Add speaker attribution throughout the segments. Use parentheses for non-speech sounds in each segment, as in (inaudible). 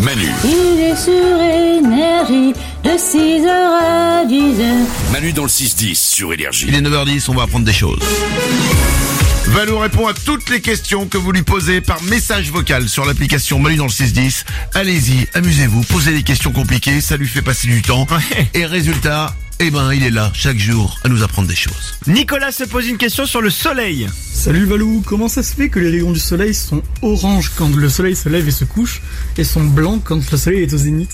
Speaker 1: Manu.
Speaker 2: Il est sur énergie de 6h à 10h.
Speaker 1: Manu dans le 6-10 sur Énergie.
Speaker 3: Il est 9h10, on va apprendre des choses. Valou répond à toutes les questions que vous lui posez par message vocal sur l'application Manu dans le 610. Allez-y, amusez-vous, posez des questions compliquées, ça lui fait passer du temps. Et résultat, eh ben, il est là chaque jour à nous apprendre des choses.
Speaker 4: Nicolas se pose une question sur le soleil.
Speaker 5: Salut Valou, comment ça se fait que les rayons du soleil sont oranges quand le soleil se lève et se couche et sont blancs quand le soleil est au zénith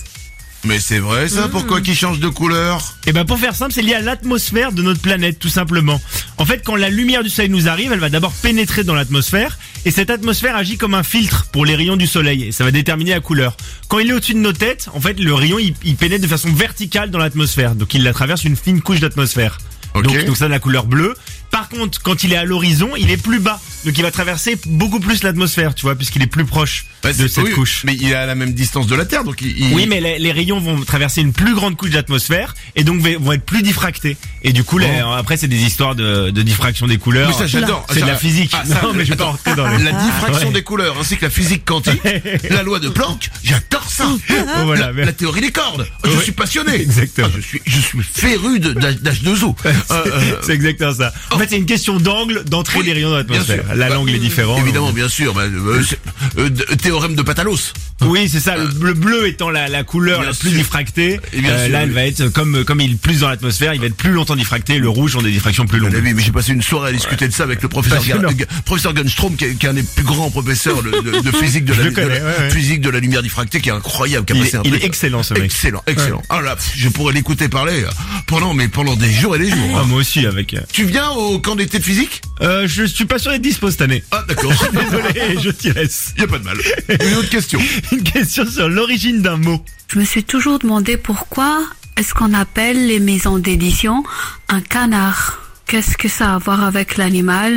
Speaker 3: Mais c'est vrai ça,
Speaker 4: Mmh.
Speaker 3: pourquoi qu'il change de couleur
Speaker 4: Et ben pour faire simple, c'est lié à l'atmosphère de notre planète tout simplement. En fait, quand la lumière du soleil nous arrive, elle va d'abord pénétrer dans l'atmosphère et cette atmosphère agit comme un filtre pour les rayons du soleil et ça va déterminer la couleur. Quand il est au-dessus de nos têtes, en fait, le rayon il, il pénètre de façon verticale dans l'atmosphère, donc il la traverse une fine couche d'atmosphère.
Speaker 3: Ok.
Speaker 4: Donc, donc ça la couleur bleue. Par contre, quand il est à l'horizon, il est plus bas, donc il va traverser beaucoup plus l'atmosphère, tu vois, puisqu'il est plus proche
Speaker 3: Bah,
Speaker 4: de
Speaker 3: c'est-
Speaker 4: cette
Speaker 3: oui,
Speaker 4: couche.
Speaker 3: Mais il est à la même distance de la Terre, donc il... il-
Speaker 4: Oui, mais les, les rayons vont traverser une plus grande couche d'atmosphère et donc va- vont être plus diffractés. Et du coup, les- euh, après, c'est des histoires de, de diffraction des couleurs.
Speaker 3: Mais ça, j'adore.
Speaker 4: C'est de la
Speaker 3: Ça-
Speaker 4: physique.
Speaker 3: Ah, ça-
Speaker 4: non, mais je vais pas rentrer dans les...
Speaker 3: La diffraction
Speaker 4: Ouais.
Speaker 3: des couleurs ainsi que la physique
Speaker 4: (laughs)
Speaker 3: quantique, la loi de Planck, j'adore ça.
Speaker 4: Bon, Oh, voilà,
Speaker 3: la,
Speaker 4: mais-
Speaker 3: la théorie des cordes, je
Speaker 4: Ouais.
Speaker 3: suis passionné.
Speaker 4: Exactement.
Speaker 3: Ah, je suis, je suis féru de- d'H2O. Euh, euh,
Speaker 4: (laughs) C'est exactement ça. En fait, c'est une question d'angle d'entrée
Speaker 3: Oui,
Speaker 4: des rayons dans
Speaker 3: bien
Speaker 4: l'atmosphère.
Speaker 3: sûr.
Speaker 4: La
Speaker 3: Bah,
Speaker 4: langue est différente.
Speaker 3: Évidemment, bien sûr. bah, euh, c'est- euh, d- théorème de Patalos.
Speaker 4: Oui, c'est ça. Le, le bleu étant la, la couleur
Speaker 3: Euh, Bien
Speaker 4: la plus
Speaker 3: sûr.
Speaker 4: diffractée. euh,
Speaker 3: Et bien sûr,
Speaker 4: là, elle
Speaker 3: oui.
Speaker 4: va être comme comme il est plus dans l'atmosphère, il va être plus longtemps diffracté. Le rouge ont des diffractions plus
Speaker 3: Vous
Speaker 4: longues.
Speaker 3: l'avez vu, mais j'ai passé une soirée à discuter de ça avec le professeur, Gar-
Speaker 4: Passionnant.
Speaker 3: Gu- professeur Gunstrom, qui est, qui est un des plus grands professeurs de, de- de physique de
Speaker 4: Je
Speaker 3: la,
Speaker 4: le
Speaker 3: de la-
Speaker 4: connais, ouais, ouais.
Speaker 3: physique de la lumière diffractée, qui est incroyable. qui a
Speaker 4: Il
Speaker 3: passé
Speaker 4: est,
Speaker 3: un
Speaker 4: il est
Speaker 3: truc-
Speaker 4: excellent ce mec.
Speaker 3: Excellent, excellent. Ah là, pff, je pourrais l'écouter parler euh, pendant, mais pendant des jours et des jours.
Speaker 4: Ah,
Speaker 3: hein.
Speaker 4: moi aussi avec. euh,
Speaker 3: Tu viens au camp d'été de physique
Speaker 4: Euh, je suis pas sûr d'être dispo
Speaker 3: (laughs)
Speaker 4: cette année.
Speaker 3: Ah
Speaker 4: (laughs)
Speaker 3: d'accord.
Speaker 4: Désolé, je t'y laisse.
Speaker 3: Y a pas de mal. Une autre question.
Speaker 4: (laughs) Une question sur l'origine d'un mot.
Speaker 6: Je me suis toujours demandé pourquoi est-ce qu'on appelle les maisons d'édition un canard. Qu'est-ce que ça a à voir avec l'animal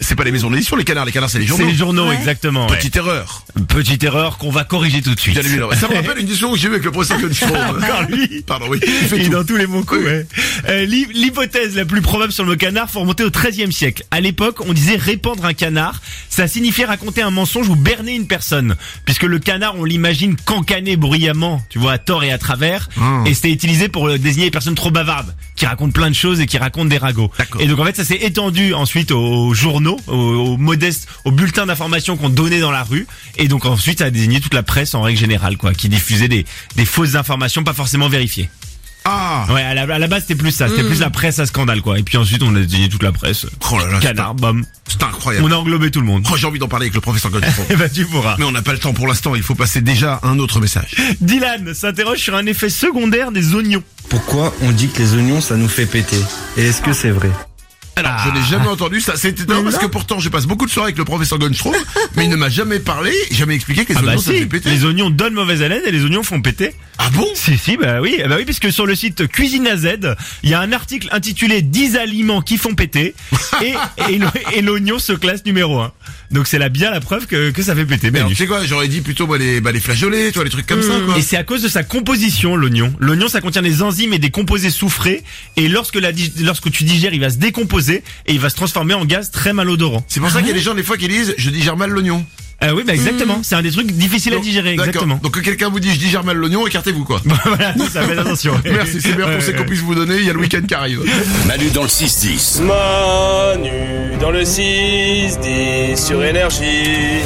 Speaker 3: C'est pas les maisons d'édition, les canards. Les canards, c'est les
Speaker 4: C'est
Speaker 3: journaux.
Speaker 4: les journaux,
Speaker 6: Ouais.
Speaker 4: exactement. ouais. Ah,
Speaker 3: Petite erreur.
Speaker 4: Petite erreur qu'on va corriger tout de suite.
Speaker 3: Bien évidemment. Ça me rappelle une discussion que j'ai eue avec le professeur Gunstrom.
Speaker 4: Encore lui.
Speaker 3: Pardon, oui. Il fait
Speaker 4: Ah, Il est
Speaker 3: tout.
Speaker 4: dans tous les bons coups. ouais. Euh, l'hy- L'hypothèse la plus probable sur le mot canard faut remonter au XIIIe siècle. À l'époque, on disait répandre un canard. Ça signifiait raconter un mensonge ou berner une personne. Puisque le canard, on l'imagine cancané bruyamment, tu vois, à tort et à travers.
Speaker 3: Ah.
Speaker 4: Et c'était utilisé pour euh, désigner les personnes trop bavardes, qui racontent plein de choses et qui racontent des ragots.
Speaker 3: D'accord.
Speaker 4: Et donc en fait, ça s'est étendu ensuite aux journaux, aux, aux modestes, aux bulletins d'information qu'on donnait dans la rue. Et donc ensuite, ça a désigné toute la presse en règle générale, quoi, qui diffusait des, des fausses informations pas forcément vérifiées.
Speaker 3: Ah.
Speaker 4: Ouais, à la, à la base, c'était plus ça. C'était plus la presse à scandale, quoi. Et puis ensuite, on a désigné toute la presse.
Speaker 3: Oh là là. c'est
Speaker 4: Canard, bam.
Speaker 3: un- C'est incroyable.
Speaker 4: On a englobé tout le monde. (laughs)
Speaker 3: Oh, j'ai envie d'en parler avec le professeur Gunstrom.
Speaker 4: Eh ben, tu pourras.
Speaker 3: Mais on n'a pas le temps pour l'instant. Il faut passer déjà à un autre message.
Speaker 4: Dylan s'interroge sur un effet secondaire des oignons.
Speaker 7: Pourquoi on dit que les oignons ça nous fait péter Et est-ce que c'est vrai
Speaker 3: Alors,
Speaker 4: Ah.
Speaker 3: je n'ai jamais entendu ça. C'était étonnant parce que pourtant, je passe beaucoup de soirées avec le professeur
Speaker 4: (laughs)
Speaker 3: Gunstrom, mais il ne m'a jamais parlé, jamais expliqué que les
Speaker 4: Ah bah
Speaker 3: oignons, ça
Speaker 4: si,
Speaker 3: fait péter.
Speaker 4: les oignons donnent mauvaise haleine et les oignons font péter.
Speaker 3: Ah bon
Speaker 4: Si, si, bah oui, eh bah oui, puisque sur le site Cuisine à Z, il y a un article intitulé 10 aliments qui font péter et, et l'o- et l'oignon se classe numéro 1. Donc c'est là bien la preuve que, que ça fait péter.
Speaker 3: Mais alors,
Speaker 4: Manu.
Speaker 3: tu sais quoi, j'aurais dit plutôt bah, les, bah, les flageolets, tu vois, les trucs comme ça, quoi.
Speaker 4: Mm. Et c'est à cause de sa composition, l'oignon. L'oignon, ça contient des enzymes et des composés soufrés. Et lorsque, la, dig- lorsque tu digères, il va se décomposer et il va se transformer en gaz très malodorant.
Speaker 3: C'est pour ça qu'il y a des gens des fois qui disent je digère mal l'oignon.
Speaker 4: Euh, oui, bah exactement. C'est un des trucs difficiles à
Speaker 3: Donc,
Speaker 4: digérer,
Speaker 3: d'accord.
Speaker 4: exactement. (laughs)
Speaker 3: Donc que quelqu'un vous dit je digère mal l'oignon, écartez-vous quoi.
Speaker 4: voilà, c'est ça, faites attention.
Speaker 3: (laughs) Merci, c'est le meilleur
Speaker 4: (laughs) Ouais,
Speaker 3: conseil
Speaker 4: ouais.
Speaker 3: qu'on puisse vous donner, il y a le week-end qui arrive.
Speaker 1: Manu dans le 6-10.
Speaker 8: Manu dans le 6-10 sur énergie.